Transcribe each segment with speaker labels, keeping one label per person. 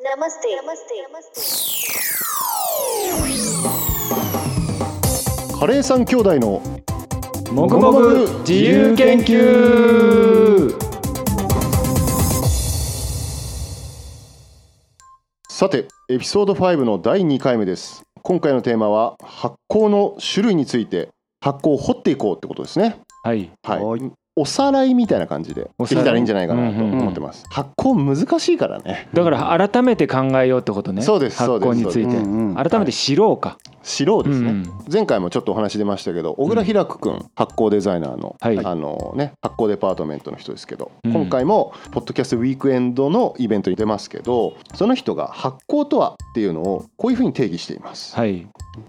Speaker 1: नमस्ते नमस्ते नमस्ते
Speaker 2: カレーさん兄弟の
Speaker 3: もぐもぐ自由研究
Speaker 2: さてエピソード5の第2回目です今回のテーマは発酵の種類について発酵を掘っていこうってことですね
Speaker 3: はい
Speaker 2: はい
Speaker 4: おい
Speaker 2: おさらいみたいな感じで
Speaker 3: お
Speaker 2: でき
Speaker 3: さらい
Speaker 2: たらいいんじゃないかなと
Speaker 3: うんうんうん
Speaker 2: 思ってます、発酵難しいからね
Speaker 3: だから改めて考えようってことね
Speaker 2: そうです
Speaker 3: 発
Speaker 2: そうです
Speaker 3: 酵について
Speaker 4: うんうん
Speaker 3: 改めて知ろうか
Speaker 2: 素人ですね、
Speaker 3: うんうん
Speaker 2: 前回もちょっとお話出ましたけど小倉平久くん発酵デザイナーの,、
Speaker 3: はい
Speaker 2: あのね、発酵デパートメントの人ですけど、
Speaker 3: うん
Speaker 2: 今回もポッドキャストウィークエンドのイベントに出ますけどその人が発酵とはっていうのをこういうふうに定義しています、
Speaker 3: はい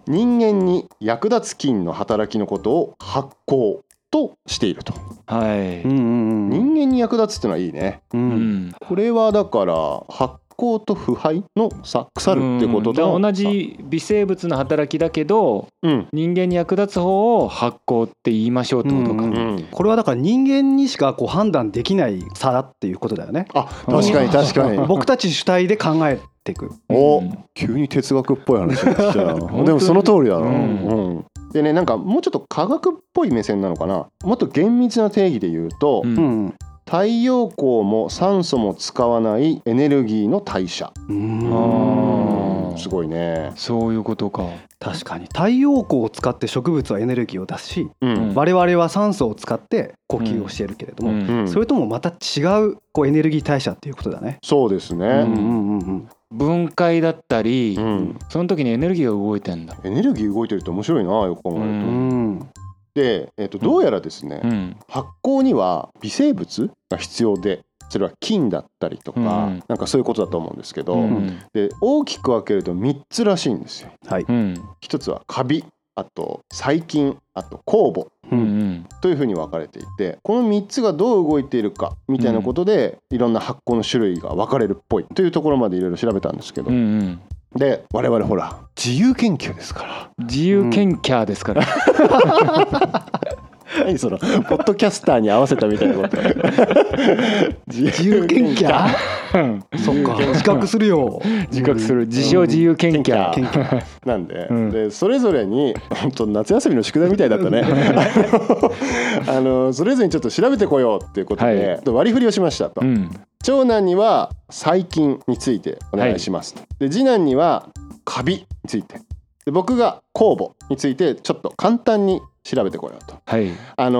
Speaker 2: 人間に役立つ菌の働きのことを発酵としていると
Speaker 3: はい
Speaker 4: うんうんうん
Speaker 2: 人間に役立つっていうのはいいね
Speaker 4: う
Speaker 3: うんん
Speaker 2: これはだから発酵と腐敗の差腐るっていうことと
Speaker 3: うんだから同じ微生物の働きだけど
Speaker 2: うん
Speaker 3: 人間に役立つ方を発酵って言いましょうってことか、
Speaker 4: うん
Speaker 2: うん
Speaker 4: これはだから人間にしかこう判断できない差だっていうことだよね
Speaker 2: あ確かに確かに
Speaker 4: 僕たち主体で考えていく
Speaker 2: お
Speaker 3: うん
Speaker 2: 急に哲学っぽい話になってきたな
Speaker 3: 当に
Speaker 2: でもその通りだな、
Speaker 3: うん
Speaker 2: うんでねなんかもうちょっと科学っぽい目線なのかなもっと厳密な定義で言うと、
Speaker 3: うん
Speaker 4: うん
Speaker 2: 太陽光も酸素も使わないエネルギーの代謝、
Speaker 3: うん
Speaker 2: すごいね、
Speaker 3: そういうことか
Speaker 4: 確かに太陽光を使って植物はエネルギーを出すし
Speaker 2: うん
Speaker 3: うん
Speaker 4: 我々は酸素を使って呼吸をしているけれども、
Speaker 3: うん
Speaker 2: うん
Speaker 4: それともまた違うこうエネルギー代謝っていうことだね。
Speaker 2: そうですね、
Speaker 4: うんんうんうん
Speaker 3: 分解だったり、
Speaker 2: うん
Speaker 3: その時にエネルギーが動いてんだ
Speaker 2: エネルギー動いてると面白いなよく考えると、
Speaker 3: う
Speaker 4: うんん
Speaker 2: で、えっとどうやらですね、
Speaker 3: うん
Speaker 2: 発酵には微生物が必要でそれは菌だったりとか、
Speaker 3: うん
Speaker 2: なんかそういうことだと思うんですけど、
Speaker 3: うん
Speaker 2: で大きく分けると3つらしいんですよ。
Speaker 4: はい
Speaker 3: うん
Speaker 2: 一つはカビあと細菌あと酵母
Speaker 3: う
Speaker 4: うん
Speaker 2: というふうに分かれていてこの3つがどう動いているかみたいなことで、いろんな発酵の種類が分かれるっぽいというところまでいろいろ調べたんですけど、
Speaker 3: うんうん
Speaker 2: で我々ほら自由研究ですか
Speaker 3: 自由研究ですから、
Speaker 2: ら何そのポッドキャスターに合わせたみたいなこと自
Speaker 4: 自由研究そ っか自覚する よ
Speaker 3: 自覚する自称自由研究、
Speaker 4: 研究
Speaker 2: なんで,、
Speaker 3: うん
Speaker 2: でそれぞれに本当夏休みの宿題みたいだったね あのあのそれぞれにちょっと調べてこようっていうことで、
Speaker 3: は
Speaker 2: 割り振りをしましたと、
Speaker 3: うん
Speaker 2: 長男には細菌についてお願いしますと、で次男にはカビについてで僕が酵母についてちょっと簡単に調べてこようと
Speaker 3: はい
Speaker 2: あの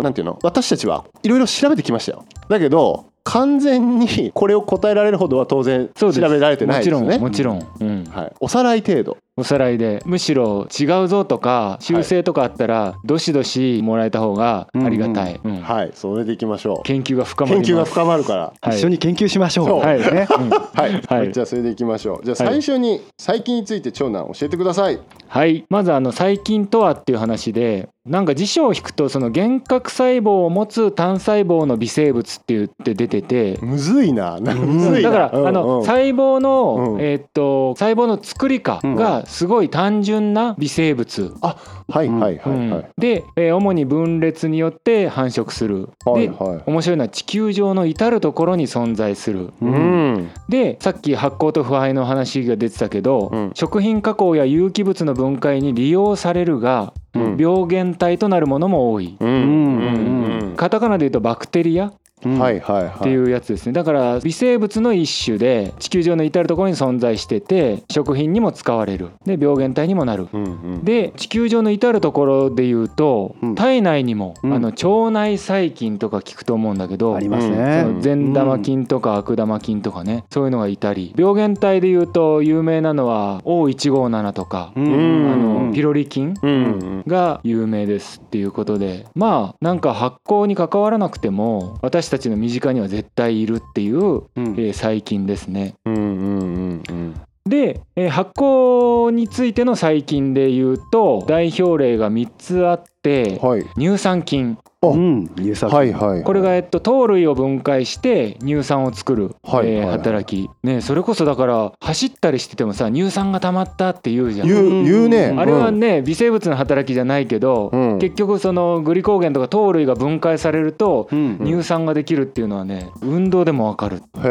Speaker 2: ーなんていうの私たちはいろいろ調べてきましたよだけど完全にこれを答えられるほどは当然
Speaker 3: そ
Speaker 2: 調
Speaker 3: うです
Speaker 2: べられてないですよね
Speaker 3: もちろんもちろん、うん
Speaker 2: はい、おさらい程度
Speaker 3: おさらいでむしろ違うぞとか修正とかあったら、どしどしもらえた方がありがたい、うん
Speaker 2: はいそれでいきましょう
Speaker 3: 研究が深まり
Speaker 2: 研究が
Speaker 3: ます
Speaker 2: 深まるから
Speaker 3: はい
Speaker 4: 一緒に研究しましょう。
Speaker 2: そう
Speaker 3: はい
Speaker 4: ね
Speaker 2: はい、
Speaker 3: はい
Speaker 2: じゃあそれでいきましょうじゃあ
Speaker 3: はい
Speaker 2: 最初に細菌について長男教えてください
Speaker 3: はい、まずあの細菌とはっていう話でなんか辞書を引くとその原核細胞を持つ単細胞の微生物って言って出てて
Speaker 2: むずいなむ
Speaker 4: う
Speaker 2: ずいな
Speaker 3: だから、
Speaker 2: うん
Speaker 3: あの
Speaker 2: うん
Speaker 3: 細胞の、
Speaker 2: うん
Speaker 3: えーっと細胞の作りかがすごい単純な微生物、
Speaker 2: はいはいは
Speaker 3: う
Speaker 2: い
Speaker 3: ん
Speaker 2: はい
Speaker 3: で、えー主に分裂によって繁殖する、
Speaker 2: はい
Speaker 3: で
Speaker 2: はい
Speaker 3: 面白いのは地球上の至る所に存在する
Speaker 2: う
Speaker 4: うん
Speaker 2: ん
Speaker 3: でさっき発酵と腐敗の話が出てたけど、
Speaker 2: うん
Speaker 3: 食品加工や有機物の分解に利用されるが、
Speaker 2: うん
Speaker 3: 病原体となるものも多い。
Speaker 2: うん
Speaker 4: ん
Speaker 2: うん
Speaker 3: カタカナで言うとバクテリアっ
Speaker 2: うんはいはいはい
Speaker 3: ていうやつですね、だから微生物の一種で地球上の至る所に存在してて食品にも使われるで病原体にもなる
Speaker 2: うんうん
Speaker 3: で地球上の至る所で言うと、
Speaker 4: うん
Speaker 3: 体内にも、
Speaker 4: うん
Speaker 3: あの腸内細菌とか聞くと思うんだけど
Speaker 4: あります
Speaker 2: う
Speaker 3: そ
Speaker 4: ね
Speaker 3: の。善玉菌とか悪玉菌とかねそういうのがいたり病原体でいうと有名なのは O157 とか
Speaker 4: うん
Speaker 2: うん
Speaker 3: あのピ
Speaker 4: ロ
Speaker 3: ロリ菌
Speaker 2: うんうん
Speaker 3: が有名ですっていうことでまあなんか発酵に関わらなくても私たちの身近には絶対いるっていう、えー細菌ですね。
Speaker 2: うんうんうん
Speaker 3: で、えー発酵についての細菌でいうと代表例が3つあって
Speaker 2: はい
Speaker 3: 乳酸菌
Speaker 2: あ
Speaker 4: うん、乳酸
Speaker 2: はいはい
Speaker 3: これがえっと糖類を分解して乳酸を作る、
Speaker 2: はい
Speaker 3: えー
Speaker 2: はいはい
Speaker 3: 働きねそれこそだから走ったりしててもさ乳酸が溜まったって言うじゃん
Speaker 2: 言う言うね、
Speaker 4: うん
Speaker 3: あれはね微生物の働きじゃないけど、
Speaker 2: うん
Speaker 3: 結局そのグリコーゲンとか糖類が分解されると
Speaker 4: うん
Speaker 3: 乳酸ができるっていうのはね運動でもわかる
Speaker 2: うん、へ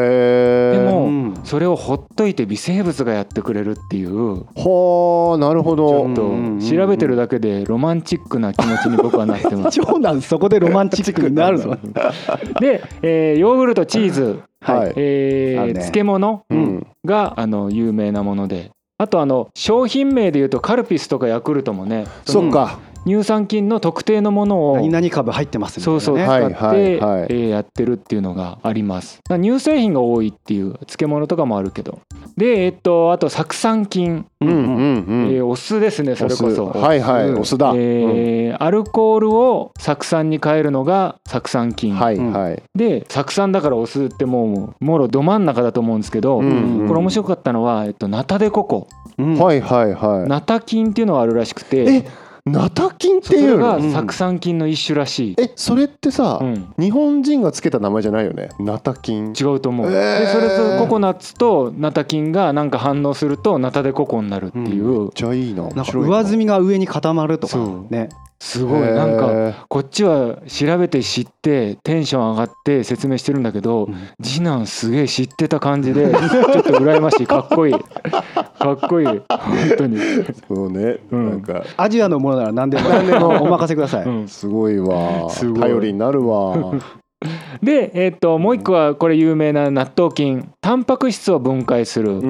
Speaker 2: え
Speaker 3: でも
Speaker 4: うん
Speaker 3: それをほっといて微生物がやってくれるっていう
Speaker 2: はあなるほ
Speaker 3: ち
Speaker 2: ど
Speaker 3: ょっと調べてるだけでロマンチックな気持ちに僕はなってま す
Speaker 4: 長男そこでロマンチックになるぞ。
Speaker 3: で、えーヨーグルトチーズ、
Speaker 2: はい、
Speaker 3: えー
Speaker 4: あるね
Speaker 3: 漬物
Speaker 2: うん
Speaker 3: があの有名なものであとあの商品名でいうとカルピスとかヤクルトもね
Speaker 2: そっか
Speaker 3: 乳酸菌の特定のものを
Speaker 4: 何々株入ってますみたい
Speaker 3: そう
Speaker 4: なね。
Speaker 3: そう使
Speaker 2: はい
Speaker 3: って、
Speaker 2: はいはい
Speaker 3: えーやってるっていうのがありますだから乳製品が多いっていう漬物とかもあるけどでえっとあと酢酸菌、
Speaker 2: うんうんう
Speaker 3: え
Speaker 2: ん、
Speaker 3: ーお酢ですねそれこそ
Speaker 2: お酢はいはいお酢だ、
Speaker 3: えーアルコールを酢酸に変えるのが酢酸
Speaker 2: うん
Speaker 3: 菌、
Speaker 2: はいはい、
Speaker 3: で酢酸だからお酢ってもうもろど真ん中だと思うんですけど、
Speaker 2: うんうん
Speaker 3: これ面白かったのは、えっと、ナタデココ
Speaker 4: うん
Speaker 2: はいはいは
Speaker 3: ナタ菌っていうのがあるらしくて
Speaker 2: えいナタ菌っ
Speaker 3: そ
Speaker 2: てい
Speaker 3: れ
Speaker 2: うの
Speaker 3: が
Speaker 4: ん
Speaker 3: 酢酸菌の一種らしい、
Speaker 2: えそれってさ、
Speaker 3: うん、
Speaker 2: 日本人がつけた名前じゃないよねナタ菌
Speaker 3: 違うと思う、
Speaker 2: えー
Speaker 3: でそれとココナッツとナタ菌がなんか反応するとナタデココになるっていう、
Speaker 2: めっちゃいいな
Speaker 4: なんか上積みが上に固まるとか
Speaker 3: そう
Speaker 4: ね。
Speaker 3: すごいなんかこっちは調べて知ってテンション上がって説明してるんだけど、
Speaker 4: うん
Speaker 3: 次男すげえ知ってた 感じでちょっと羨ましいかっこいいかっこいい本当に、
Speaker 2: そうね、
Speaker 3: うん
Speaker 2: なんか
Speaker 4: アジアのものなら何でも何でもお任せください。
Speaker 3: うん
Speaker 2: すごいわ
Speaker 3: すごい
Speaker 2: 頼りになる わ
Speaker 3: で、えっともう一個はこれ有名な納豆菌タンパク質を分解する、
Speaker 2: うんう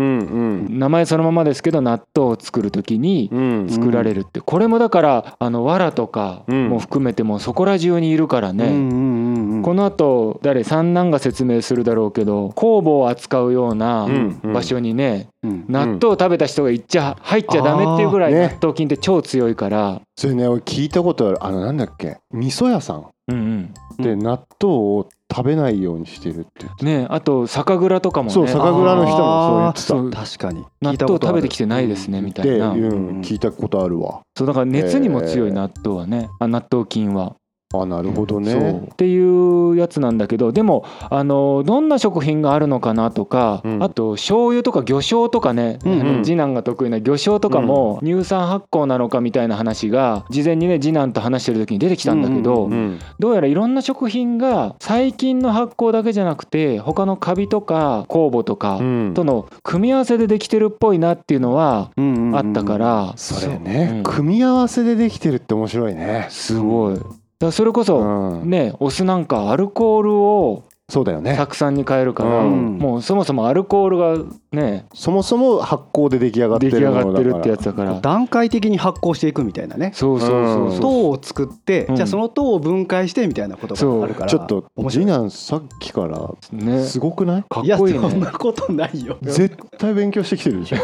Speaker 2: ん
Speaker 3: 名前そのままですけど納豆を作る時に、
Speaker 2: うん
Speaker 3: 作られるってこれもだからあの藁とか
Speaker 2: うん
Speaker 3: も含めてもうそこら中にいるから
Speaker 4: うんうん
Speaker 3: ね、
Speaker 4: うんうん。
Speaker 3: このあと誰三男が説明するだろうけど酵母を扱うような
Speaker 2: うんうん
Speaker 3: 場所にね、
Speaker 4: うん
Speaker 3: 納豆を食べた人がいっちゃ入っちゃダメっていうぐらい
Speaker 2: あーね
Speaker 3: 納豆菌って超強いから、
Speaker 2: それね俺聞いたことあるあのなんだっけ味噌屋さん
Speaker 3: うん
Speaker 2: で
Speaker 4: うん
Speaker 2: 納豆を食べないようにしてるって言って
Speaker 3: うん、ねあと酒蔵とかもね
Speaker 2: そう酒蔵の人もそう
Speaker 3: そう
Speaker 4: 確かに。
Speaker 3: 納豆食べてきてないです
Speaker 4: ね。
Speaker 3: ねみた
Speaker 2: 言って
Speaker 3: い
Speaker 2: た
Speaker 3: な
Speaker 2: で、う
Speaker 4: うん
Speaker 2: ん、聞いたことあるわ
Speaker 3: そうだから熱にも強
Speaker 2: え
Speaker 3: い
Speaker 2: ー
Speaker 3: 納豆はね、あ納豆菌は。
Speaker 2: あなるほど
Speaker 3: そう
Speaker 2: ね
Speaker 3: っていうやつなんだけどでもあのどんな食品があるのかなとか、
Speaker 2: うん
Speaker 3: あと醤油とか魚醤とかね、
Speaker 4: うんうん
Speaker 3: あの次男が得意な魚醤とかも乳酸発酵なのかみたいな話が事前にね次男と話してる時に出てきたんだけど、
Speaker 2: う
Speaker 4: う
Speaker 2: ん
Speaker 3: どうやらいろんな食品が細菌の発酵だけじゃなくて他のカビとか酵母とか
Speaker 2: うん
Speaker 3: との組み合わせでできてるっぽいなっていうのは
Speaker 4: うんうんうん
Speaker 3: あったか。ら、
Speaker 2: それね、
Speaker 3: うん
Speaker 2: 組み合わせでできてるって面白いね
Speaker 3: すごい。だからそれこそ、
Speaker 2: うん
Speaker 3: ね、お酢なんかアルコールを
Speaker 2: そうだよね
Speaker 3: 酢酸に変えるから、
Speaker 2: うん
Speaker 3: もうそもそもアルコールがね
Speaker 2: そもそも発酵で出来上がって
Speaker 3: 出来
Speaker 2: る
Speaker 3: 上
Speaker 2: も
Speaker 3: が
Speaker 2: の
Speaker 3: って
Speaker 2: だ
Speaker 3: る
Speaker 2: か
Speaker 3: ってや
Speaker 2: ら
Speaker 3: つだから
Speaker 4: 段階的に発酵していくみたいなね。
Speaker 3: そうそうそうそう、
Speaker 4: 糖を作って、
Speaker 3: うん
Speaker 4: じゃあその糖を分解してみたいなことがあるから。
Speaker 2: ちょっと
Speaker 4: 面白い
Speaker 2: 次男さっきから
Speaker 3: ね
Speaker 2: すごくない
Speaker 3: かっ
Speaker 4: いやそ
Speaker 3: こいい
Speaker 4: ん
Speaker 3: ね
Speaker 4: なことないよ。
Speaker 2: 絶対勉強してきてるでしょ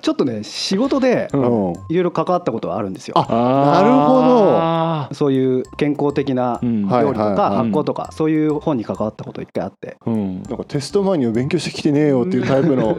Speaker 4: ちょっとね仕事で
Speaker 3: うん
Speaker 2: うん
Speaker 4: いろいろ関わったことはあるんですよ。
Speaker 2: あ
Speaker 3: あ
Speaker 4: そういう健康的な
Speaker 3: ーうん
Speaker 2: はい
Speaker 4: 料理とか
Speaker 3: はい
Speaker 4: 発酵とかそういう本に関わったこと一回あって。
Speaker 3: うん
Speaker 2: なんかテスト前には勉強してきてねえよっていうタイプの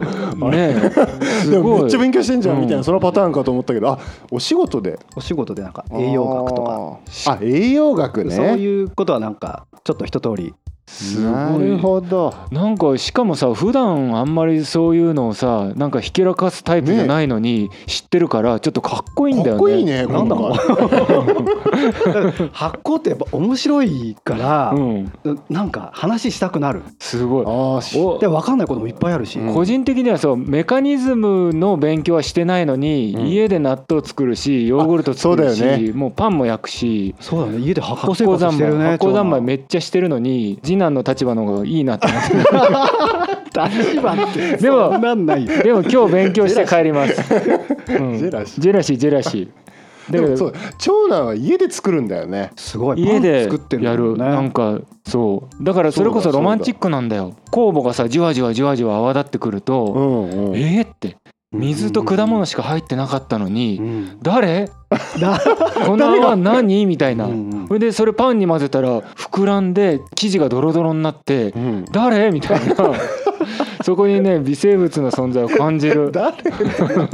Speaker 3: ね
Speaker 2: ですもめ
Speaker 3: ご
Speaker 2: っ
Speaker 3: い
Speaker 2: ちゃ勉強してんじゃんみたい
Speaker 3: うん
Speaker 2: なそのパターンかと思ったけどあお仕事で
Speaker 4: お仕事でなんか栄養学とか
Speaker 2: かあ栄養学ね
Speaker 4: そういうことはなんかちょっと一通り
Speaker 3: す
Speaker 2: な
Speaker 3: ご
Speaker 2: る
Speaker 3: い
Speaker 2: ほど
Speaker 3: なんかしかもさ普段あんまりそういうのをさなんかひけらかすタイプじゃないのに知ってるからちょっとかっこいいんだよね
Speaker 2: かっこいいね
Speaker 4: なんだろう
Speaker 2: 今
Speaker 4: 発酵ってやっぱ面白いから、
Speaker 3: うん
Speaker 4: なんか話したくなる
Speaker 3: すごい
Speaker 2: あーし
Speaker 3: お
Speaker 4: で分かんないこともいっぱいあるし、
Speaker 2: うん
Speaker 3: 個人的にはそうメカニズムの勉強はしてないのに、
Speaker 2: うん
Speaker 3: 家で納豆作るしヨーグルト作る
Speaker 2: あ
Speaker 3: し、
Speaker 2: そうだよね
Speaker 3: もうパンも焼くし
Speaker 4: そうだね家で発酵
Speaker 3: 発
Speaker 4: 生
Speaker 3: 酵
Speaker 4: 活
Speaker 3: 三
Speaker 4: して
Speaker 3: 昧
Speaker 4: るね
Speaker 3: 発酵三昧
Speaker 4: っ
Speaker 3: めっちゃしてるのに次男の立場の方がいいなって思って
Speaker 4: ちゃ立場って
Speaker 3: でも
Speaker 4: そんなんないよ
Speaker 3: でも今日勉強して帰ります、うん
Speaker 2: ジェラシー
Speaker 3: ジェラシージェラシー
Speaker 2: で
Speaker 3: だけ
Speaker 2: もそ
Speaker 3: ど
Speaker 2: う長男は家で作るんだよね
Speaker 4: すごい
Speaker 3: 家で
Speaker 4: パン作ってる
Speaker 3: やる
Speaker 4: ね
Speaker 3: なんかそうだからそれこそロマンチックなんだよ酵母がさじわじわじわじわ泡立ってくると、
Speaker 2: んう
Speaker 3: ええって水と果物しか入ってなかったのに、
Speaker 4: うん
Speaker 3: 誰
Speaker 4: だ
Speaker 3: この泡何みたいな
Speaker 4: うんうん
Speaker 3: それでそれパンに混ぜたら膨らんで生地がドロドロになって
Speaker 2: うん
Speaker 3: 誰みたいなそこにね微生物の存在を感じる
Speaker 2: 誰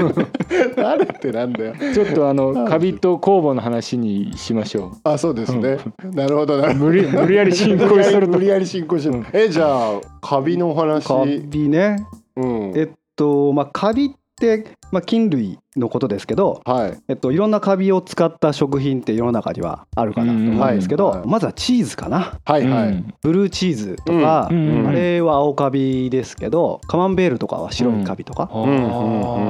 Speaker 2: 誰ってなんだよ
Speaker 3: ちょっとあのカビと酵母の話にしましょ
Speaker 2: あそうですね、なるほどな
Speaker 3: う
Speaker 2: るほど
Speaker 3: 無理無理やり進行する
Speaker 2: 無
Speaker 3: と
Speaker 2: 理やり進行してる、えじゃあカビのお話
Speaker 4: カビね
Speaker 2: うん
Speaker 4: えっとまあカビって、まあ、菌類のことですけど、
Speaker 2: はい
Speaker 4: えっと、いろんなカビを使った食品って世の中にはあるかなと思うんですけ
Speaker 2: う
Speaker 4: ど、
Speaker 2: んうんはい
Speaker 4: まずはチーズかな
Speaker 2: は
Speaker 3: う
Speaker 2: い
Speaker 3: ん
Speaker 2: はい、
Speaker 4: ブルーチーズとか、
Speaker 3: うんうんうん
Speaker 4: あれは青カビですけどカマンベールとかは白いカビとか、
Speaker 2: うん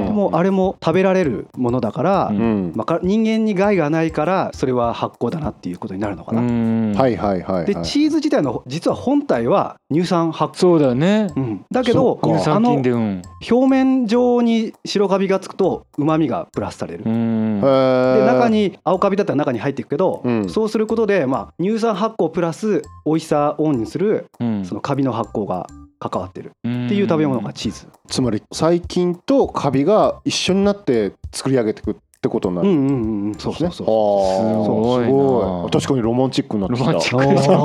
Speaker 4: でもあれも食べられるものだから、
Speaker 3: うん
Speaker 2: うん
Speaker 4: まあか人間に害がないからそれは発酵だなっていうことになるのかな、
Speaker 3: うん
Speaker 2: はいはいはいはい
Speaker 4: でチーズ自体の実は本体は乳酸発
Speaker 3: そうだね
Speaker 4: 酵、うんだけど
Speaker 3: 乳
Speaker 4: あ
Speaker 3: 酸
Speaker 4: の
Speaker 3: 菌でうん
Speaker 4: 表面上に白カビがつくとうまみがプラスされる
Speaker 3: う、ん
Speaker 2: で
Speaker 4: で中に青カビだったら中に入っていくけど、
Speaker 2: うん
Speaker 4: そうすることで、まあ、乳酸発酵プラス美味しさをオンにする
Speaker 3: うん
Speaker 4: そのカビの発酵が関わってる
Speaker 3: っ
Speaker 4: っていう食べ物がチーズ、
Speaker 2: つまり細菌とカビが一緒になって作り上げていくってことにな
Speaker 4: うん
Speaker 2: るん
Speaker 4: うんうんうんそう
Speaker 2: です
Speaker 4: そ
Speaker 2: ね。
Speaker 4: うそう
Speaker 2: あーす
Speaker 3: すごいな
Speaker 2: ごい確かにロマンチックになってきた。
Speaker 3: ロマンチ
Speaker 4: あ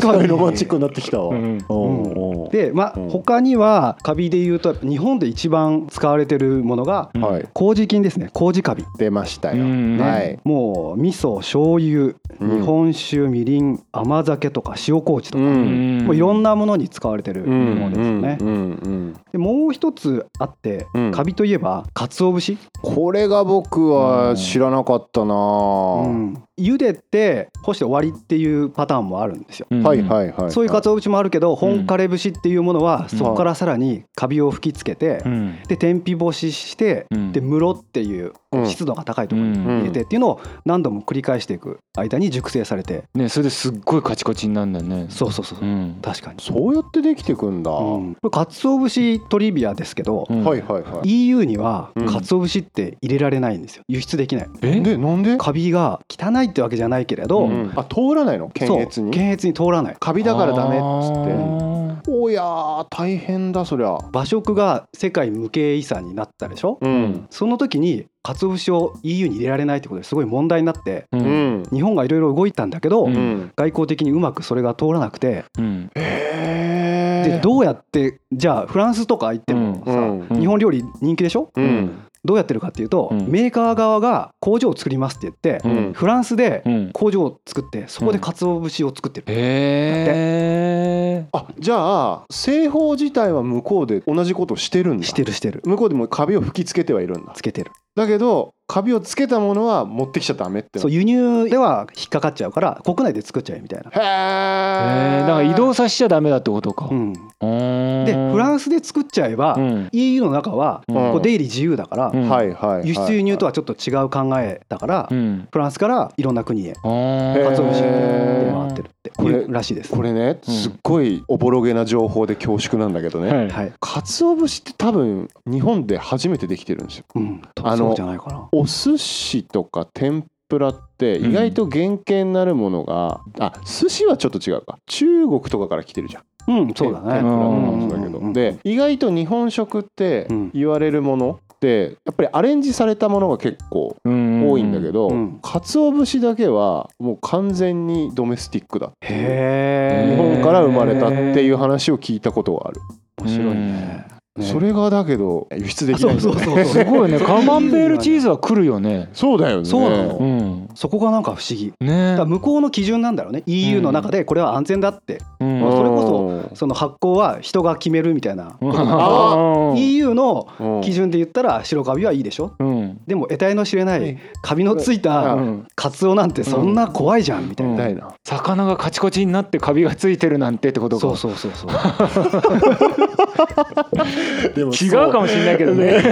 Speaker 2: 確かにロマンチックになってきたわ。
Speaker 3: うん
Speaker 2: おー
Speaker 4: でまあ
Speaker 2: うん
Speaker 4: 他にはカビでいうとやっぱ日本で一番使われてるものが
Speaker 3: うん
Speaker 2: はい
Speaker 4: 麹菌ですね麹カビ
Speaker 2: 出ました
Speaker 3: う
Speaker 2: よ。
Speaker 3: ん
Speaker 2: はい。
Speaker 4: もう味噌醤油
Speaker 2: うん
Speaker 4: 日本酒みりん甘酒とか塩麹とか、
Speaker 2: うん
Speaker 4: もういろんなものに使われてるものですよね、
Speaker 2: うんうん
Speaker 4: でもう一つあって
Speaker 2: うん
Speaker 4: カビといえば鰹節、
Speaker 2: これが僕は知らなかったな。は
Speaker 4: うん茹でて干して終わりっていうパターンもあるんですよ、
Speaker 3: うん
Speaker 2: いはいはい。
Speaker 4: そういう鰹節もあるけど本枯れ節っていうものは
Speaker 3: うん
Speaker 4: そこからさらにカビを吹きつけて、
Speaker 3: うん
Speaker 4: で天日干しして、
Speaker 3: うん
Speaker 4: で室っていう
Speaker 2: うん
Speaker 4: 湿度が高いと
Speaker 3: う
Speaker 4: ころに
Speaker 3: ん
Speaker 4: 入れてっていうのを何度も繰り返していく間に熟成されて
Speaker 3: ねそれですっごいカチカチになるんだよね
Speaker 4: そうそうそう、
Speaker 3: うん
Speaker 4: 確かに、
Speaker 2: そうやってできてくんだ。
Speaker 4: う
Speaker 2: は
Speaker 4: ん、これ鰹節トリビアですけど、
Speaker 3: うん
Speaker 2: いはいは
Speaker 4: EU には
Speaker 2: うん
Speaker 4: 鰹節って入れられないんですよ輸出できない
Speaker 2: い。
Speaker 3: え
Speaker 2: でなんで？
Speaker 4: カビが汚いってわけじゃないけれど、
Speaker 2: うんあ通らないの？検閲
Speaker 4: そう
Speaker 2: に。
Speaker 4: 検閲に通らない
Speaker 2: カビだからダメっつ
Speaker 3: あ
Speaker 2: って。
Speaker 3: ー
Speaker 2: おやー大変だそりゃ。
Speaker 4: 馬食が世界無形遺産になったでしょ、
Speaker 2: うん。
Speaker 4: その時に鰹節を EU に入れられないってことですごい問題になって
Speaker 3: う
Speaker 2: うんん。
Speaker 4: 日本がいろいろ動いたんだけど、
Speaker 3: うん
Speaker 2: うん。
Speaker 4: 外交的にうまくそれが通らなくて
Speaker 3: うん
Speaker 2: へー
Speaker 4: でどうやってじゃあフランスとか行ってもさ、
Speaker 2: うん
Speaker 3: うん
Speaker 4: 日本料理人気でしょ、
Speaker 2: うん
Speaker 4: どうやってるかっていうと、
Speaker 3: うん
Speaker 4: メーカー側が工場を作りますって言って、
Speaker 2: うん
Speaker 4: フランスで
Speaker 3: うん
Speaker 4: 工場を作ってそこで鰹節を作ってる、
Speaker 3: へえ
Speaker 2: あじゃあ製法自体は向こうで同じことをしてるんだ
Speaker 4: してるしてる
Speaker 2: 向こうでもカビを吹きつけてはいるんだ
Speaker 4: つけてる
Speaker 2: だけどカビをつけたものは持ってきちゃダメって
Speaker 4: そう輸入では引っかかっちゃうから国内で作っちゃえみたいな、
Speaker 2: へえ
Speaker 3: へえだから移動させちゃダメだってことか
Speaker 4: うん、で
Speaker 3: で
Speaker 4: フランスで作っちゃえば、
Speaker 3: うん
Speaker 4: EU の中は
Speaker 3: うん
Speaker 4: こう出入り自由だから、
Speaker 3: うん
Speaker 2: はいはいはい
Speaker 4: 輸出輸入とはちょっと違う考えだから、
Speaker 3: うん
Speaker 4: フランスからいろんな国へ
Speaker 3: あー
Speaker 2: へー
Speaker 4: 鰹節
Speaker 2: へ
Speaker 4: で回ってるってこ
Speaker 2: これ
Speaker 4: れらしいです
Speaker 2: これね
Speaker 3: うん
Speaker 2: すっごいおぼろげな情報で恐縮なんだけどね、
Speaker 3: はい
Speaker 4: はい、
Speaker 2: 鰹節って多分日本で初めてできてるんですよ
Speaker 4: うん、と
Speaker 2: あの
Speaker 4: そうじゃないかな
Speaker 2: お寿司とか天ぷらって意外と原型になるものが、あ寿司はちょっと違うか中国とかから来てるじゃん
Speaker 4: うんそうだ
Speaker 2: 天ぷら
Speaker 4: ね
Speaker 2: とかもそうだけ
Speaker 4: うんうんうんう
Speaker 2: ど
Speaker 4: ん
Speaker 2: で意外と日本食って
Speaker 4: うん
Speaker 2: 言われるものってやっぱりアレンジされたものが結構多いんだけど、
Speaker 4: うん
Speaker 2: 鰹節だけはもう完全にドメスティックだ
Speaker 4: へ
Speaker 2: 日
Speaker 4: え
Speaker 2: 本から生まれたっていう話を聞いたことがある、
Speaker 4: 面白いねね
Speaker 2: それがだけど輸出でき
Speaker 4: そ
Speaker 2: ないん
Speaker 4: う
Speaker 2: だよ
Speaker 4: そ
Speaker 2: ね
Speaker 4: うそう
Speaker 3: す
Speaker 4: そう
Speaker 3: ごいねカマンベールチーズは来るよね
Speaker 2: そうだよね
Speaker 4: そうなの
Speaker 3: うん
Speaker 4: そこがなんか不思議
Speaker 3: ね
Speaker 4: だから向こうの基準なんだろうね EU の中でこれは安全だって
Speaker 3: うん
Speaker 4: まあそれこそ
Speaker 2: うん
Speaker 4: その発行は人が決めるみたいな
Speaker 2: あ
Speaker 4: EU の
Speaker 2: うん
Speaker 4: 基準で言ったら白カビはいいでしょ
Speaker 3: うん
Speaker 4: でも得体の知れないカビのついうた
Speaker 3: ん
Speaker 4: カツオなんてそんな怖いじゃんみたい
Speaker 3: うん
Speaker 4: な。
Speaker 2: ないな
Speaker 3: 魚がカチコチになってカビがついてるなんてってことか
Speaker 4: そうそうそうそう。
Speaker 2: でも
Speaker 3: 違うかもしれないけどね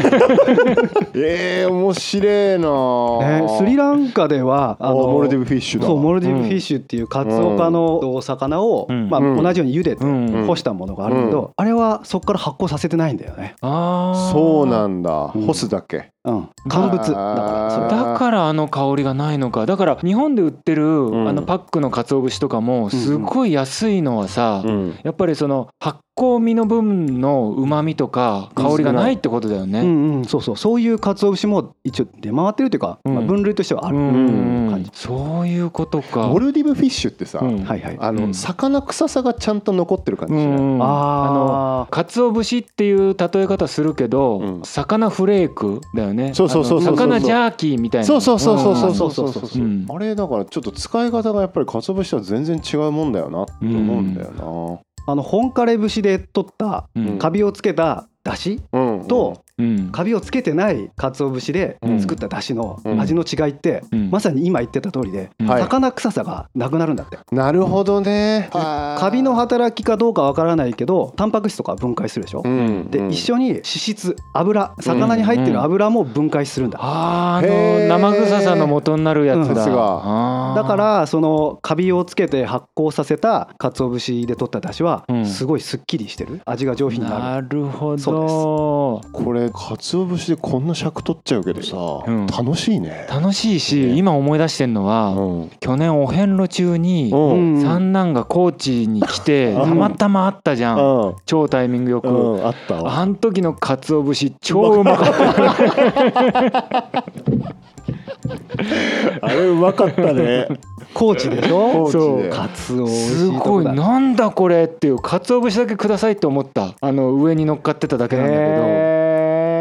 Speaker 2: ええ面白いな
Speaker 4: ね
Speaker 2: ー
Speaker 4: スリランカでは
Speaker 2: あモルディブフィッシュだ
Speaker 4: そうモルディブフィッシュっていうカツオ科のお魚を、
Speaker 3: うん
Speaker 4: まあ、
Speaker 2: うん
Speaker 4: 同じように茹でて
Speaker 3: うん
Speaker 4: 干したものがあるけど、あれはそこから発酵させてないんだよね、
Speaker 3: あー
Speaker 2: そうなんだ
Speaker 4: うん
Speaker 2: 干すだけ
Speaker 4: うん、乾物だからそれは
Speaker 2: あー
Speaker 3: だからあの香りがないのかだから日本で売ってる
Speaker 2: ん
Speaker 3: あのパックの鰹節とかもすごい安いのはさ
Speaker 2: うん
Speaker 3: やっぱりその発酵身の分の旨味とか香りがないってことだよ
Speaker 4: う
Speaker 3: ね。
Speaker 4: んうん、そうそうそういう鰹節も一応出回ってるというか、
Speaker 3: うん
Speaker 4: まあ、分類としてはあ
Speaker 3: う
Speaker 4: る、
Speaker 3: んうんう
Speaker 4: 感
Speaker 3: ん
Speaker 4: じ
Speaker 3: そういうことか。
Speaker 2: モルディブフィッシュってさ、
Speaker 3: うん
Speaker 4: はいはい
Speaker 2: あの、
Speaker 3: うん
Speaker 2: 魚臭さがちゃんと残ってる感じ
Speaker 3: う
Speaker 2: しない、
Speaker 3: んうん
Speaker 4: あ
Speaker 3: 鰹節っていう例え方するけど、
Speaker 2: うん
Speaker 3: 魚フレークだよね
Speaker 2: そうそうそうそうそう
Speaker 3: あの魚ジャーキーみたいな
Speaker 2: そうそうそうそうそうそううそうそう、
Speaker 3: うん
Speaker 2: あれだからちょっと使い方がやっぱり鰹節とは全然違うもんだよなと思うんだよ
Speaker 4: あの本枯れ節で取った
Speaker 3: ん
Speaker 4: カビをつけただし
Speaker 2: な、うん
Speaker 4: と
Speaker 3: うん
Speaker 4: カビをつけてない鰹節で作っただしの味の違いって、
Speaker 3: うん
Speaker 4: まさに今言ってた通りで、
Speaker 3: うん
Speaker 2: はい
Speaker 4: 魚臭さがなくなるんだって
Speaker 2: なるほどね
Speaker 4: カ
Speaker 2: カ
Speaker 4: ビの働きかどうかわからないけどタンパク質とか分解するでしょ、
Speaker 2: うん
Speaker 4: で一緒に脂質油魚に入ってる油も分解するんだ、
Speaker 3: あー
Speaker 2: へー
Speaker 3: あの生臭さの元になるやつ
Speaker 4: うん
Speaker 2: さ
Speaker 3: だ、
Speaker 2: すが
Speaker 3: あー
Speaker 4: だからそのカビをつけて発酵させた鰹節で取った出汁は
Speaker 3: うん
Speaker 4: すごいすっきりしてる味が上品になる、
Speaker 3: なるほ
Speaker 4: そ
Speaker 3: ど
Speaker 2: これ鰹節でこんな尺取っちゃうけどさ、
Speaker 3: うん
Speaker 2: 楽しいね
Speaker 3: 楽しいし、
Speaker 2: ね
Speaker 3: 今思い出してんのは、
Speaker 2: うん
Speaker 3: 去年お遍路中に、
Speaker 2: うん
Speaker 4: うん
Speaker 3: 三男が高知に来て、
Speaker 2: うん
Speaker 3: たまたま会ったじゃん、
Speaker 2: うん
Speaker 3: 超タイミングよく、
Speaker 2: うんあったわ
Speaker 3: あん時の鰹節超うまかった
Speaker 2: あれうまかったね
Speaker 4: 高知でし
Speaker 2: 高
Speaker 4: ょ
Speaker 2: 知で
Speaker 3: そう
Speaker 4: 鰹美味し
Speaker 3: す
Speaker 4: いとこ
Speaker 3: ごい
Speaker 4: だ
Speaker 3: なんだこれっていう鰹節だけくださいって思ったあの上に乗っかってただけなんだけ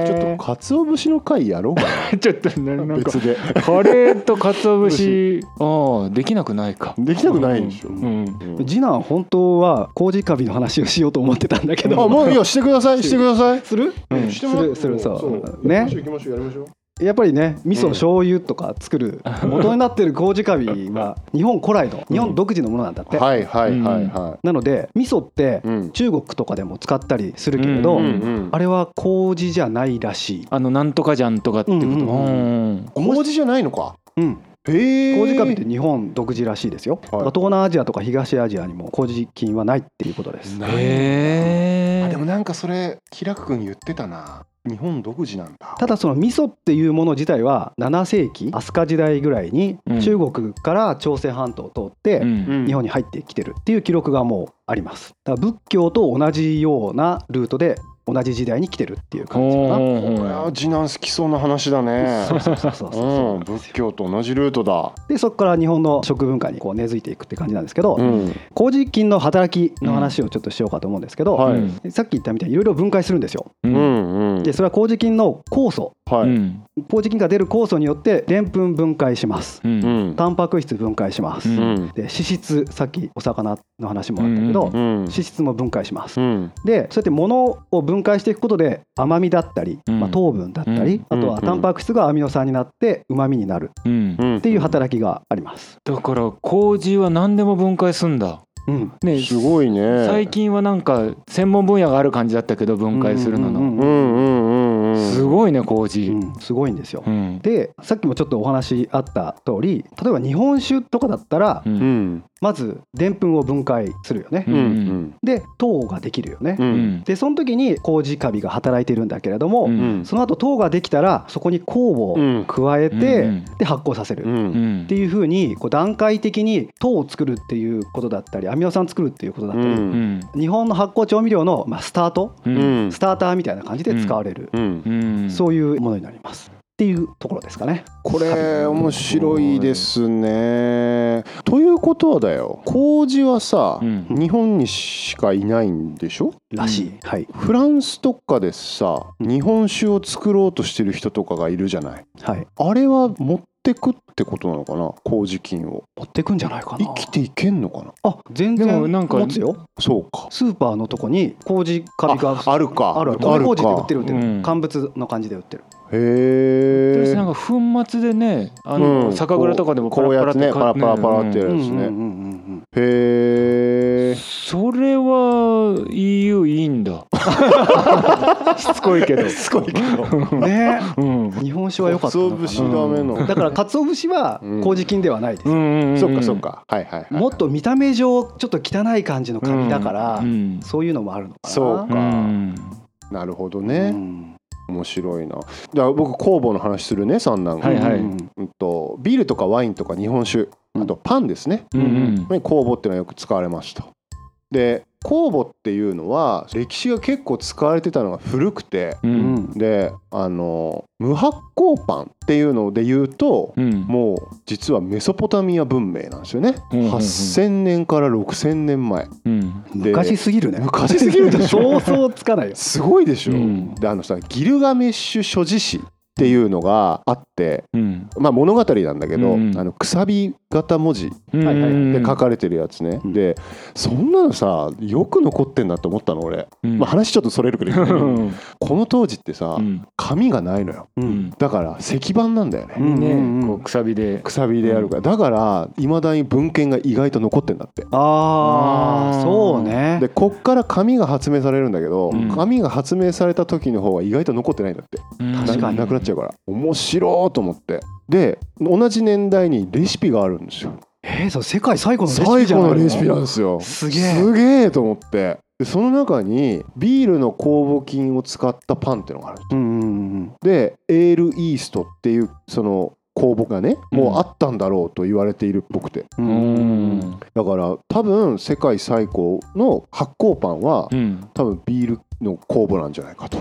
Speaker 2: ちょっと鰹節の回やろうか
Speaker 3: ど ちょっとな
Speaker 2: な
Speaker 3: なんか
Speaker 2: 別で
Speaker 3: カレーと鰹節 ああできなくないか
Speaker 2: できたくないでしょ、
Speaker 3: うん
Speaker 2: うん
Speaker 4: 次男本当は麹カビの話をしようと思ってたんだけ
Speaker 2: あ
Speaker 4: ど
Speaker 2: もういいよしてくださいしてください
Speaker 4: する
Speaker 3: うん
Speaker 2: してもらって
Speaker 4: するする
Speaker 2: そ
Speaker 4: そう
Speaker 2: う
Speaker 4: ね
Speaker 2: 行きましょう行きましょうやりましょう
Speaker 4: やっぱりね味噌醤油とか 作る元になってる麹カビは日本古来の日本独自のものなんだって、
Speaker 2: はいはいはいは
Speaker 4: なので味噌って
Speaker 2: い。うん。
Speaker 4: 中国とかでも使ったりするけれど、
Speaker 3: うん
Speaker 2: うん
Speaker 4: あれは麹じゃないらしい、
Speaker 3: あのなんとかじゃんとかっていうこと、
Speaker 4: うんうんうん
Speaker 3: うん
Speaker 2: 麹じゃないのか。
Speaker 4: うん、
Speaker 2: へえ。
Speaker 4: 麹カビって日本独自らしいですよ、だから東南アジアとか東アジアにも麹菌はないっていうことです、
Speaker 2: ない
Speaker 3: へえ
Speaker 2: あでもなんかそれ平く君言ってたな。日本独自なんだ。
Speaker 4: ただその味噌っていうもの自体は7世紀飛鳥時代ぐらいに
Speaker 3: うん
Speaker 4: 中国から朝鮮半島を通って、
Speaker 3: うん
Speaker 4: 日本に入ってきてるっていう記録がもうありますだから仏教と同じようなルートで同じ時代に来てるっていう感じかな
Speaker 3: お
Speaker 2: これ
Speaker 3: ー
Speaker 2: は次男好きそうな話だね。
Speaker 4: そうそうそうそうそう
Speaker 2: うん。仏教と同じルートだ。
Speaker 4: でそこから日本の食文化にこう根付いていくって感じなんですけど、
Speaker 2: ん。
Speaker 4: 麹菌の働きの話をちょっとしようかと思うんですけど、
Speaker 2: はい
Speaker 3: うん
Speaker 4: さっき言ったみたいにいろいろ分解するんですよ
Speaker 3: う
Speaker 2: うんんうん。
Speaker 4: でそれは麹菌の酵素
Speaker 2: は
Speaker 3: う
Speaker 2: い。
Speaker 3: ん
Speaker 4: 麹菌が出る酵素によってでんぷん分解します
Speaker 3: うんうん
Speaker 2: ん
Speaker 4: タンパク質分解します、
Speaker 3: うん
Speaker 2: うん
Speaker 4: で脂質さっきお魚の話もあったけど、
Speaker 3: うんうん
Speaker 2: う
Speaker 4: 脂
Speaker 2: ん。
Speaker 4: 質も分解します
Speaker 2: うん。
Speaker 4: でそうやって物を分解していくことで甘みだったり、
Speaker 3: うん
Speaker 4: まあ、糖分だったり、
Speaker 2: うん
Speaker 4: あとはタンパク質がアミノ酸になってうまみになる
Speaker 3: うん
Speaker 2: うん。っ
Speaker 4: っていう働きがあります。
Speaker 3: だから麹は何でも分解すんだ
Speaker 4: うん、
Speaker 3: ね
Speaker 2: すごいね。
Speaker 3: 最。近はなんか専門分野がある感じだったけど分解するのの、
Speaker 4: うん
Speaker 2: う
Speaker 4: うんん
Speaker 2: うんうんうん。
Speaker 3: す
Speaker 2: い。
Speaker 3: ごいね
Speaker 4: う
Speaker 3: 麹
Speaker 4: んうんすごいんですよ。
Speaker 3: うん
Speaker 4: でさっきもちょっとお話あった通り例えば日本酒とかだったら、
Speaker 3: う
Speaker 2: うんん。
Speaker 4: まずでんぷんを分解するよね、
Speaker 3: う
Speaker 2: うん
Speaker 3: ん
Speaker 4: で糖ができるよね、
Speaker 2: うん。う。
Speaker 3: うんん
Speaker 4: でその時に麹カビが働いてるんだけれども、
Speaker 3: う
Speaker 2: うんん。
Speaker 4: その後糖ができたらそこに
Speaker 2: う
Speaker 4: 酵を
Speaker 2: ん
Speaker 4: 加えて、
Speaker 3: うん
Speaker 4: で発酵させる、
Speaker 2: うん。
Speaker 3: ん
Speaker 4: っていうふうにこう段階的に糖を作るっていうことだったりアミノ酸作るっていうことだったり、
Speaker 2: うん
Speaker 3: うん
Speaker 4: 日本の発酵調味料の、まあ、スタート
Speaker 3: う
Speaker 2: うんん
Speaker 4: ス。ターターみたいな感じで使われる、
Speaker 2: うん。
Speaker 3: うん
Speaker 4: そういうものになりますっていうところですかね。
Speaker 2: これ面白いですね。ということはだよ麹はさ、
Speaker 3: うん
Speaker 2: 日本にしかいないんでしょ
Speaker 4: らしい、
Speaker 3: うん
Speaker 4: はい
Speaker 2: フランスとかでさ日本酒を作ろうとしてる人とかがいるじゃない
Speaker 4: はい
Speaker 2: あれは持ってくってことなのかな麹菌を
Speaker 4: 持ってくんじゃないかな
Speaker 2: 生きていけんのかな
Speaker 4: あ全
Speaker 3: でも
Speaker 4: 然
Speaker 3: なんか
Speaker 4: 持つよ
Speaker 2: そうか
Speaker 4: スーパーのとこに麹カビが
Speaker 2: ああるか
Speaker 4: あるある
Speaker 2: あ
Speaker 4: 米
Speaker 2: る
Speaker 4: 麹で売っ
Speaker 2: か
Speaker 4: てる売ってる、
Speaker 3: うん
Speaker 4: 乾物の感じで売ってる
Speaker 2: へ
Speaker 3: 私
Speaker 2: え
Speaker 3: なんか粉末でねあ
Speaker 2: う
Speaker 3: の、
Speaker 2: ん
Speaker 3: 酒蔵とかでも
Speaker 2: こうやってねパラ
Speaker 3: 買
Speaker 2: パラパラってやるやつ
Speaker 3: うん
Speaker 4: うんうんう
Speaker 2: ね
Speaker 4: んうん
Speaker 2: へえ
Speaker 3: それは EU いいんだ しつこいけど、
Speaker 2: すごいけど
Speaker 4: うんね
Speaker 3: うん、
Speaker 4: 日本酒は良かったのかな
Speaker 2: 鰹節ダメの
Speaker 4: だから鰹節は
Speaker 2: うん
Speaker 4: 麹菌ではないです、
Speaker 3: んん
Speaker 2: そっかそっかはいはいはい
Speaker 4: もっと見た目上ちょっと汚い感じのカビだから、
Speaker 3: うん
Speaker 4: そういうのもあるのかな
Speaker 2: そう
Speaker 3: う
Speaker 2: か
Speaker 3: ん
Speaker 2: なるほど
Speaker 4: う
Speaker 2: ね、
Speaker 4: ん
Speaker 2: 面白いなだから僕酵母の話するね三男が、
Speaker 3: はいはい
Speaker 4: うん
Speaker 2: うんとビールとかワインとか日本酒あとパンですね、
Speaker 3: うんうん
Speaker 2: に酵母っていうのはよく使われましたで酵母っていうのは歴史が結構使われてたのが古くて
Speaker 3: う
Speaker 4: うんん
Speaker 2: であの無発酵パンっていうので言うと、
Speaker 3: うん
Speaker 2: もう実はメソポタミア文明なんですよね、
Speaker 3: うんうんうん
Speaker 2: 8,000年から6,000年前
Speaker 3: うん
Speaker 2: で
Speaker 4: 昔すぎるね
Speaker 2: 昔すぎるでし
Speaker 4: そ
Speaker 2: ょ
Speaker 4: うそうつかないよ
Speaker 2: すごいでしょ、
Speaker 3: うん
Speaker 2: であのさギルガメッシュ諸事詩っていうのがあって、
Speaker 3: うん
Speaker 2: まあ、物語なんだけど、
Speaker 3: うん
Speaker 2: あのくさび型文字
Speaker 3: うん
Speaker 4: はいはい
Speaker 2: で書かれてるやつね、
Speaker 4: うん
Speaker 2: でそんなのさよく残ってんなって思ったの俺、
Speaker 3: うん
Speaker 2: まあ、話ちょっとそれるけど、
Speaker 3: うん
Speaker 2: この当時ってさ、
Speaker 3: うん
Speaker 2: 紙がないのよ
Speaker 4: う
Speaker 3: うん
Speaker 2: だから石板なんだよね、
Speaker 4: うんうん
Speaker 3: ね
Speaker 4: うん
Speaker 3: こうくさびで
Speaker 2: くさびでやるから、だからいまだに文献が意外と残ってんだって
Speaker 4: あ
Speaker 3: あー
Speaker 4: あそうね
Speaker 2: でこっから紙が発明されるんだけど、
Speaker 3: うん
Speaker 2: 紙が発明された時の方は意外と残ってないんだって
Speaker 4: 確かに
Speaker 2: ななくなっちゃうから面白いと思ってで同じ年代にレシピがあるんですよ
Speaker 4: えーそれ世界最古のレシ
Speaker 2: 最
Speaker 4: ピじゃ
Speaker 2: 古
Speaker 4: ない
Speaker 2: のレシピなんですよ
Speaker 4: すげえ
Speaker 2: すげえと思ってでその中にビールの酵母菌を使ったパンっていうのがある
Speaker 4: うんうんうん
Speaker 2: でエールイーストっていうその酵母がねもうあったんだろうと言われているっぽくて
Speaker 3: う
Speaker 4: う
Speaker 3: んん
Speaker 2: だから多分世界最高の発酵パンは
Speaker 3: うん
Speaker 2: 多分ビールの酵母なんじゃないかと。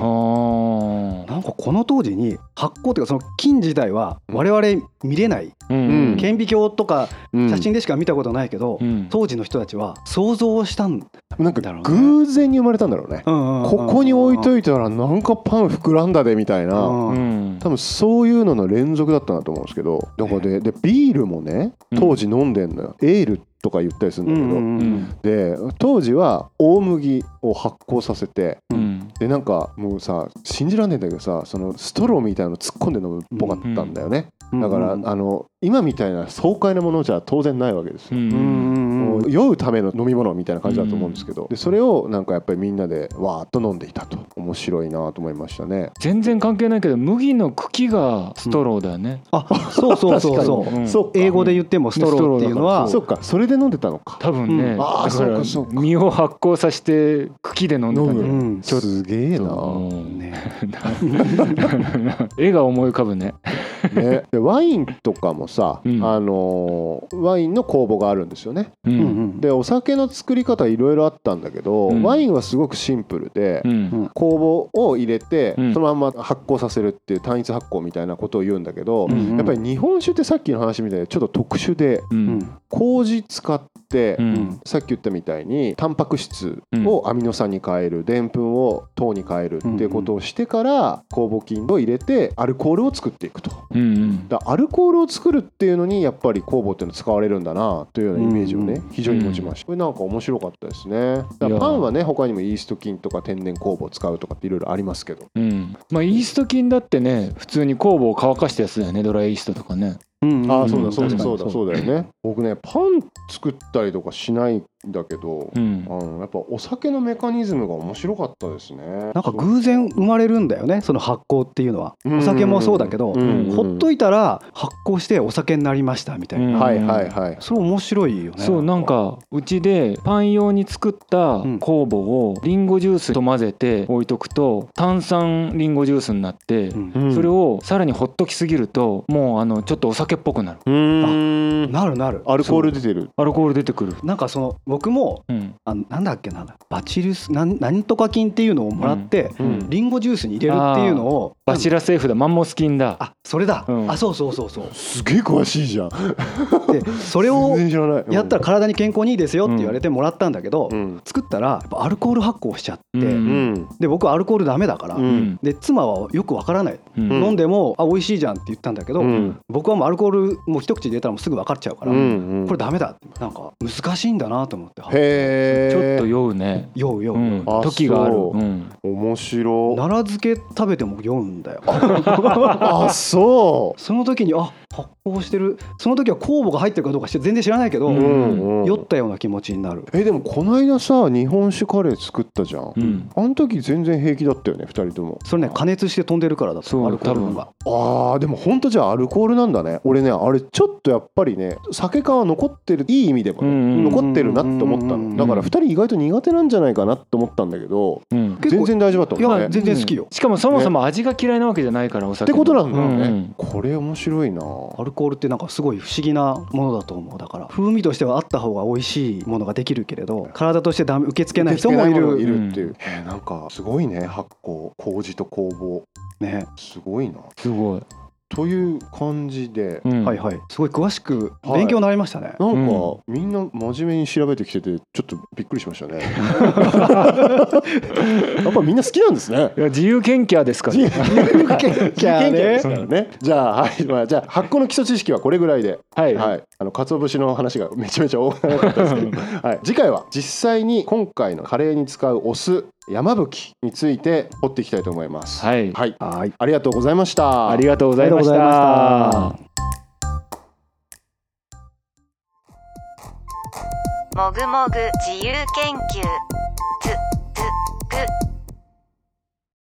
Speaker 3: あ
Speaker 4: なんかこの当時に発酵というかその金自体は我々見れない
Speaker 3: あ
Speaker 2: う
Speaker 3: う
Speaker 2: ん
Speaker 4: 顕微鏡とか
Speaker 2: うん
Speaker 4: 写真でしか見たことないけど、
Speaker 3: うん
Speaker 4: 当時の人たちは想像をしたんだ、
Speaker 2: なん
Speaker 4: だろ
Speaker 2: か
Speaker 4: うね
Speaker 2: 偶然に生まれたんだろうね。こ
Speaker 4: こ
Speaker 2: こに置い
Speaker 4: い
Speaker 2: といたらなんかパン膨らんだでみたいな
Speaker 3: うん
Speaker 2: 多分そういうのの連続だったなと思うんですけどだからででビールもね当時飲んでんのよ、エールとか言ったりするんだけど、
Speaker 3: うん
Speaker 2: で当時は大麦を発酵させて
Speaker 3: うん
Speaker 2: でなんかもうさ信じらんねえんだけどさそのストローみたいなの突っ込んで飲むっぽかったんだよね、だから、あの今みたいな爽快なものじゃ当然ないわけです
Speaker 3: う
Speaker 2: よ、
Speaker 3: ん
Speaker 2: もう酔うための飲み物みたいな感じだと思うんですけど、でそれをなんかやっぱりみんなでわーっと飲んでいたと面白いなと思いましたね
Speaker 3: 全然関係ないけど麦の茎がストローだよね
Speaker 4: あそうそうそうそう
Speaker 3: うん
Speaker 2: そうか
Speaker 4: 英語で言ってもストローっていうのは
Speaker 2: そうかそれで飲んでたのか
Speaker 3: 多分ね
Speaker 4: うん
Speaker 3: だ
Speaker 2: あー
Speaker 3: か
Speaker 2: そう
Speaker 3: ら
Speaker 2: かそうか
Speaker 3: 実を発酵させて茎で飲んでた んじゃない
Speaker 4: む
Speaker 2: うん
Speaker 3: ちょっと
Speaker 2: すげえな、
Speaker 3: うん
Speaker 4: ね
Speaker 3: 絵が思い浮かぶね
Speaker 2: ね、でワインとかもさ、
Speaker 3: うん
Speaker 2: あのーワインの酵母があるんですよね
Speaker 3: う
Speaker 4: うんん
Speaker 2: でお酒の作り方いろいろあったんだけど、
Speaker 3: うん
Speaker 2: ワインはすごくシンプルで、
Speaker 3: うん
Speaker 2: 酵母を入れて、
Speaker 3: うん
Speaker 2: そのまんま発酵させるっていう単一発酵みたいなことを言うんだけど、
Speaker 3: うん
Speaker 2: やっぱり日本酒ってさっきの話みたいにちょっと特殊で
Speaker 3: う
Speaker 4: うんん
Speaker 2: 麹使って、
Speaker 3: うん
Speaker 2: さっき言ったみたいにタンパク質をアミノ酸に変えるでんぷんを糖に変えるっていうことをしてから酵母菌を入れてアルコールを作っていくと。
Speaker 3: うん
Speaker 2: だからアルコールを作るっていうのにやっぱり酵母っていうの使われるんだなというようなイメージをね
Speaker 4: う
Speaker 2: 非常に持ちましたこれなんか面白かったですねだ
Speaker 3: い
Speaker 2: から
Speaker 3: や
Speaker 2: パンはね他にもイースト菌とか天然酵母を使うとかっていろいろありますけど
Speaker 3: うんまあイースト菌だってね普通に酵母を乾かしたやつだよねドライイーストとかね
Speaker 4: うん
Speaker 2: ああそうう
Speaker 3: だ
Speaker 2: だ
Speaker 3: そ
Speaker 2: そうう
Speaker 3: だ
Speaker 2: だそうだそうだよね僕ねパン作ったりとかしないんだけど
Speaker 3: うん
Speaker 2: あのやっぱお酒のメカニズムが面白かったですね
Speaker 4: なんか偶然生まれるんだよねその発酵っていうのはお酒もそうだけど、
Speaker 2: うんうん
Speaker 4: ほっといたら発酵してお酒になりましたみたいな、
Speaker 3: うん
Speaker 2: はいはいはい
Speaker 4: それ面白いよね
Speaker 3: そうなんかうちでパン用に作った
Speaker 4: うん
Speaker 3: 酵母をリンゴジュースと混ぜて置いとくと炭酸リンゴジュースになって
Speaker 4: うん
Speaker 3: それ
Speaker 2: を
Speaker 3: をさらにほっときすぎるともうあのちょっとお酒っぽくなる
Speaker 2: ア
Speaker 4: なるなる
Speaker 2: ルコール出てる
Speaker 3: アルコール出てくる
Speaker 4: なんかその僕も
Speaker 3: うん
Speaker 4: あなんだっけなバチルスなんなんとか菌っていうのをもらって、
Speaker 2: うん
Speaker 4: リンゴジュースに入れるっていうのを
Speaker 3: バチラセーフだマンモス菌だ
Speaker 4: あそれだ、
Speaker 3: うん
Speaker 4: あそうそうそうそう
Speaker 2: すげえ詳しいじゃん
Speaker 4: でそれを
Speaker 2: 全然知らない
Speaker 4: やった
Speaker 2: ら
Speaker 4: ら体に健康にいいですよって言われてもらったんだけど、
Speaker 2: うん
Speaker 4: 作ったらやっぱアルコール発酵しちゃって、
Speaker 3: うん
Speaker 2: うん
Speaker 4: で僕はアルコールダメだから、
Speaker 2: うん
Speaker 3: うん
Speaker 4: で妻はよくわからない、
Speaker 3: うん
Speaker 2: うん
Speaker 4: 飲んでもあ美味しいじゃんって言ったんだけど、
Speaker 2: うん
Speaker 4: 僕はもうアルコールもう一口入れたらもうすぐ分かっちゃうから、
Speaker 2: うんうん
Speaker 4: これダメだってなんか難しいんだなと思って
Speaker 2: へえ
Speaker 3: ちょっと酔うね
Speaker 4: 酔う酔う、
Speaker 3: うん
Speaker 2: あ
Speaker 3: 時がある
Speaker 2: そう
Speaker 3: うん
Speaker 2: 面白い
Speaker 4: 奈良漬け食べても酔うんだよ
Speaker 2: あそ
Speaker 4: その時にあ発酵してるその時は酵母が入ってるかどうかして全然知らないけど、
Speaker 2: う、
Speaker 3: う
Speaker 2: うんんうん、
Speaker 4: 酔ったような気持ちになる
Speaker 2: えでもこの間さ日本酒カレー作ったじゃん、
Speaker 3: うん
Speaker 2: あの時全然平気だったよね2人とも
Speaker 4: それね加熱して飛んでるからだ
Speaker 3: そう
Speaker 4: とアルコール分が
Speaker 2: あーでもほんとじゃあアルコールなんだね俺ねあれちょっとやっぱりね酒感は残ってるいい意味でも
Speaker 3: う
Speaker 2: ね、
Speaker 3: ん
Speaker 2: 残ってるなって思った
Speaker 4: うんうん
Speaker 2: の
Speaker 4: うん
Speaker 2: だから2人意外と苦手なんじゃないかなって思ったんだけど
Speaker 3: うん
Speaker 4: 結
Speaker 2: 全
Speaker 4: 構
Speaker 2: 然大丈夫だったもん
Speaker 4: い
Speaker 2: ね
Speaker 4: や全然好きよ
Speaker 3: しかもそもそも味が嫌いなわけじゃないからお
Speaker 2: っ
Speaker 3: 酒
Speaker 2: て
Speaker 3: の
Speaker 2: ことなんだよね、
Speaker 3: うん
Speaker 2: これ面白いなはあ
Speaker 4: アルコールってなんかすごい不思議なものだと思うだから風味としてはあった方が美味しいものができるけれど体としてダメ受け付けない人もい
Speaker 2: 受け付けないものがい
Speaker 4: る
Speaker 2: るっていう、えーなんかすごいね発酵麹と工房
Speaker 4: ね
Speaker 2: すごいな
Speaker 3: すごい、
Speaker 2: という感じで
Speaker 3: う、ん
Speaker 4: はいはいすごい詳しく
Speaker 2: はい
Speaker 4: 勉強になりましたね、
Speaker 2: なんか、
Speaker 3: う
Speaker 2: みんな真面目に調べてきててちょっとびっくりしましたねやっぱみんな好きなんですね
Speaker 3: いや自由研究ですから、
Speaker 2: 自由
Speaker 4: 研究ね
Speaker 2: 自由研究ですからね じゃあはい、まあ、じゃあ発酵の基礎知識はこれぐらいで
Speaker 3: はい、
Speaker 2: はい、あの鰹節の話がめちゃめちゃ多かった ですけど、はい、次回は実際に今回のカレーに使うお酢山吹について掘っていきたいと思います。
Speaker 3: はい
Speaker 2: はい、
Speaker 4: はい
Speaker 2: ありがとうございました。
Speaker 3: ありがとうございまし
Speaker 4: ありがとうございました
Speaker 3: た
Speaker 1: もぐもぐ自由研究つつく